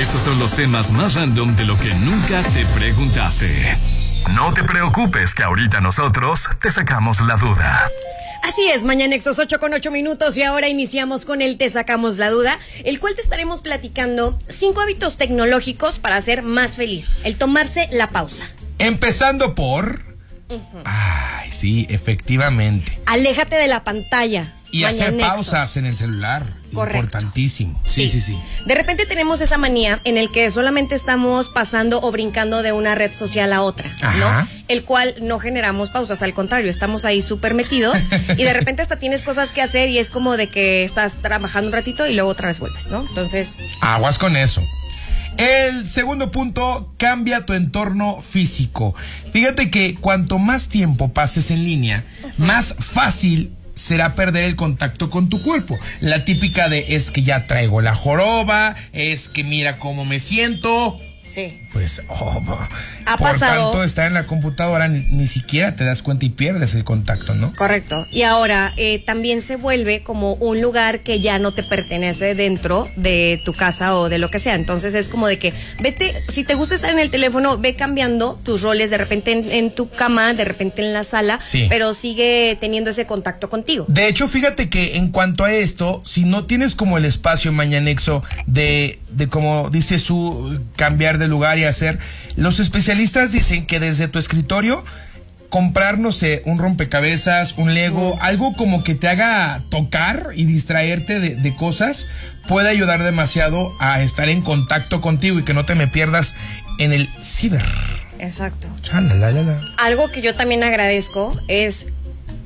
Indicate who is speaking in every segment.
Speaker 1: Estos son los temas más random de lo que nunca te preguntaste. No te preocupes que ahorita nosotros te sacamos la duda.
Speaker 2: Así es, mañana Exos 8 con 8 minutos y ahora iniciamos con el Te Sacamos la Duda, el cual te estaremos platicando cinco hábitos tecnológicos para ser más feliz. El tomarse la pausa.
Speaker 3: Empezando por. Ay, sí, efectivamente.
Speaker 2: Aléjate de la pantalla.
Speaker 3: Y
Speaker 2: Mañana
Speaker 3: hacer
Speaker 2: Exos.
Speaker 3: pausas en el celular.
Speaker 2: Correcto.
Speaker 3: Importantísimo. Sí, sí, sí.
Speaker 2: De repente tenemos esa manía en el que solamente estamos pasando o brincando de una red social a otra,
Speaker 3: Ajá.
Speaker 2: ¿no? El cual no generamos pausas, al contrario, estamos ahí súper metidos y de repente hasta tienes cosas que hacer y es como de que estás trabajando un ratito y luego otra vez vuelves, ¿no? Entonces,
Speaker 3: Aguas con eso. El segundo punto, cambia tu entorno físico. Fíjate que cuanto más tiempo pases en línea, más fácil será perder el contacto con tu cuerpo. La típica de es que ya traigo la joroba, es que mira cómo me siento.
Speaker 2: sí.
Speaker 3: Pues, oh, ma.
Speaker 2: Ha
Speaker 3: por
Speaker 2: pasado.
Speaker 3: tanto, estar en la computadora ni, ni siquiera te das cuenta y pierdes el contacto, ¿no?
Speaker 2: Correcto. Y ahora eh, también se vuelve como un lugar que ya no te pertenece dentro de tu casa o de lo que sea. Entonces es como de que vete, si te gusta estar en el teléfono, ve cambiando tus roles de repente en, en tu cama, de repente en la sala,
Speaker 3: Sí.
Speaker 2: pero sigue teniendo ese contacto contigo.
Speaker 3: De hecho, fíjate que en cuanto a esto, si no tienes como el espacio mañanexo de, de como dice su cambiar de lugar y hacer, los especialistas dicen que desde tu escritorio comprar, no sé, un rompecabezas, un Lego, algo como que te haga tocar y distraerte de, de cosas, puede ayudar demasiado a estar en contacto contigo y que no te me pierdas en el ciber.
Speaker 2: Exacto.
Speaker 3: Chalalalala.
Speaker 2: Algo que yo también agradezco es,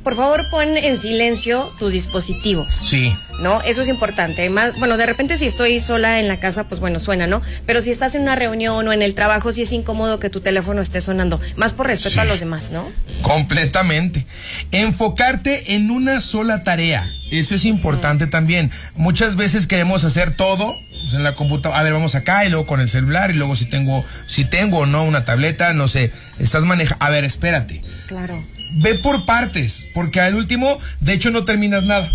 Speaker 2: por favor, pon en silencio tus dispositivos.
Speaker 3: Sí.
Speaker 2: ¿no? Eso es importante. Más, bueno, de repente si estoy sola en la casa, pues bueno, suena, ¿no? Pero si estás en una reunión o en el trabajo, sí es incómodo que tu teléfono esté sonando. Más por respeto
Speaker 3: Sí.
Speaker 2: a los demás, ¿no?
Speaker 3: Completamente. Enfocarte en una sola tarea. Eso es importante también. Muchas veces queremos hacer todo pues, en la computadora. A ver, vamos acá y luego con el celular y luego si tengo, si tengo o no una tableta, no sé. Estás manejando. A ver, espérate.
Speaker 2: Claro.
Speaker 3: Ve por partes, porque al último, de hecho, no terminas nada.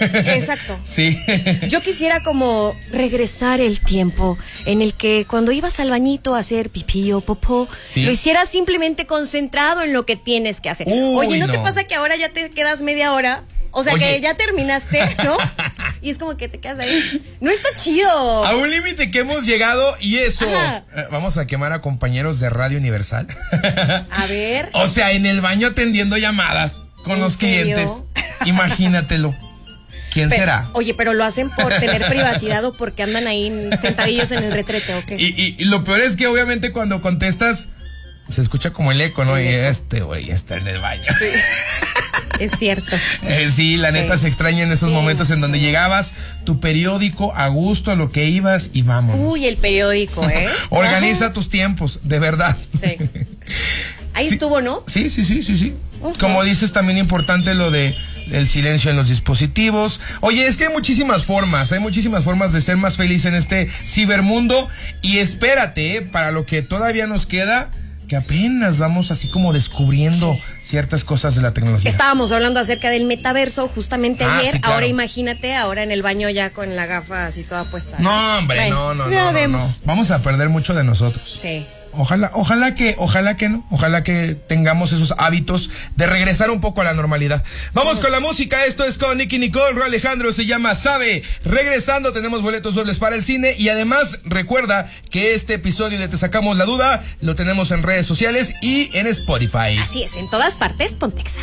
Speaker 2: Exacto.
Speaker 3: Sí.
Speaker 2: Yo quisiera como regresar el tiempo en el que cuando ibas al bañito a hacer pipí o popó,
Speaker 3: Sí.
Speaker 2: lo hicieras simplemente concentrado en lo que tienes que hacer.
Speaker 3: Uy,
Speaker 2: Oye, ¿no, te
Speaker 3: no.
Speaker 2: pasa que ahora ya te quedas media hora? O sea,
Speaker 3: Oye.
Speaker 2: que ya terminaste, ¿no? y es como que te quedas ahí. No está chido.
Speaker 3: A un límite que hemos llegado y eso.
Speaker 2: Ajá.
Speaker 3: Eh, Vamos a quemar a compañeros de Radio Universal.
Speaker 2: A ver.
Speaker 3: O sea, en el baño atendiendo llamadas con
Speaker 2: ¿En
Speaker 3: los
Speaker 2: serio?
Speaker 3: clientes. Imagínatelo. ¿Quién
Speaker 2: Pero-
Speaker 3: será?
Speaker 2: Oye, pero lo hacen por tener privacidad o porque andan ahí sentadillos en el retrete, ¿o qué?
Speaker 3: Y, y- y lo peor es que obviamente cuando contestas se escucha como el eco, ¿no? Y este güey está en el baño. Eh,
Speaker 2: Es cierto.
Speaker 3: Sí, la neta
Speaker 2: Sí.
Speaker 3: se extraña en esos
Speaker 2: Sí,
Speaker 3: momentos en donde llegabas tu periódico a gusto a lo que ibas y vámonos.
Speaker 2: Uy, el periódico, ¿eh?
Speaker 3: Organiza tus tiempos, de verdad.
Speaker 2: Ajá. Sí. Ahí
Speaker 3: Sí.
Speaker 2: estuvo, ¿no?
Speaker 3: Sí, sí, sí, sí, sí.
Speaker 2: Ujú.
Speaker 3: Como dices, también importante lo de el silencio en los dispositivos. Oye, es que hay muchísimas formas, hay muchísimas formas de ser más feliz en este cibermundo. Y espérate, eh, para lo que todavía nos queda, que apenas vamos así como descubriendo ciertas cosas de la tecnología.
Speaker 2: Estábamos hablando acerca del metaverso justamente
Speaker 3: Ah,
Speaker 2: ayer.
Speaker 3: sí, claro.
Speaker 2: Ahora imagínate, ahora en el baño ya con la gafa así toda puesta.
Speaker 3: No, hombre,
Speaker 2: Bueno,
Speaker 3: no, no,
Speaker 2: ya
Speaker 3: no, no, no.
Speaker 2: vemos.
Speaker 3: Vamos a perder mucho de nosotros.
Speaker 2: Sí.
Speaker 3: Ojalá, ojalá que, ojalá que no, ojalá que tengamos esos hábitos de regresar un poco a la normalidad. Vamos con la música, esto es con Nicky Nicole, Roy Alejandro se llama Sabe. Regresando tenemos boletos dobles para el cine y además recuerda que este episodio de Te Sacamos la Duda lo tenemos en redes sociales y en Spotify.
Speaker 2: Así es, en todas partes, Pontexa.